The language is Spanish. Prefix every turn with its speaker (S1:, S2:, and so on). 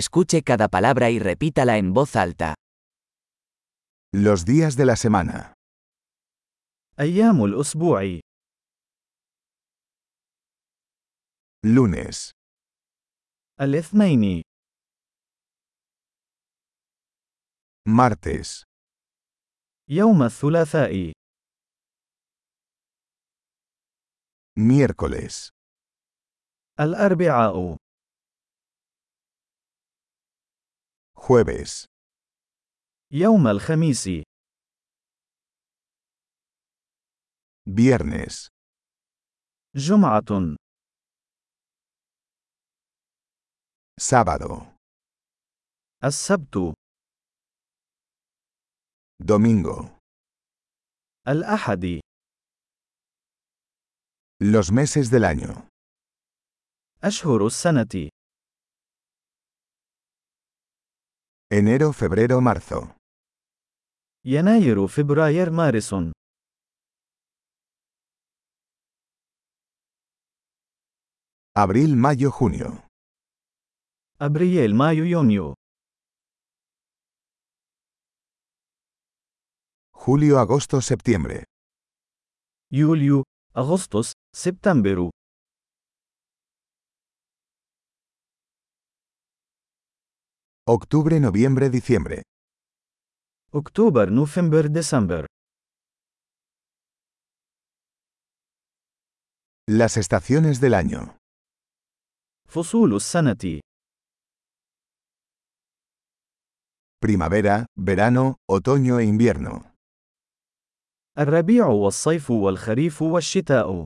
S1: Escuche cada palabra y repítala en voz alta.
S2: Los días de la semana.
S3: أيام الأسبوع
S2: Lunes,
S3: الاثنين
S2: martes,
S3: يوم الثلاثاء
S2: miércoles,
S3: الأربعاء
S2: jueves,
S3: يوم الخميس
S2: viernes,
S3: جمعة
S2: sábado,
S3: السبت
S2: domingo.
S3: الأحد
S2: Los meses del año.
S3: أشهر السنة
S2: Enero, febrero, marzo.
S3: يناير فبراير مارس
S2: Abril, mayo, junio.
S3: أبريل مايو يونيو
S2: Julio, agosto, septiembre.
S3: يوليو أغسطس سبتمبر
S2: Octubre, noviembre, diciembre.
S3: أكتوبر نوفمبر ديسمبر
S2: Las estaciones del año.
S3: فصول السنة
S2: Primavera, verano, otoño e invierno.
S3: الربيع والصيف والخريف والشتاء